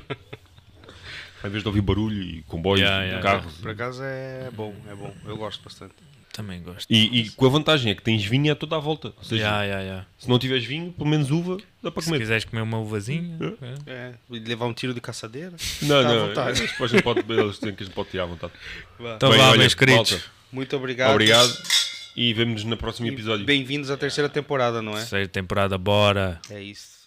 Em vez de ouvir barulho e comboios,
Yeah,
e
yeah,
carros.
Por acaso é bom, é bom. Eu gosto bastante.
Também gosto.
E, e com a vantagem é que tens vinho a toda a volta. Ou seja,
Yeah, yeah, yeah.
se não tiveres vinho, pelo menos uva, dá para
Se
comer.
quiseres comer uma uvazinha, é.
É, e levar um tiro de caçadeira.
Não,
Tá à
não,
vontade.
eles depois não pode, eles têm que a gente pode tirar à vontade.
Então
Bem,
vá,
olha, né?
meus queridos.
malta,
Muito obrigado.
Obrigado e vemos-nos no próximo
E
episódio.
Bem-vindos à terceira temporada, não é?
Terceira temporada, bora.
É isso.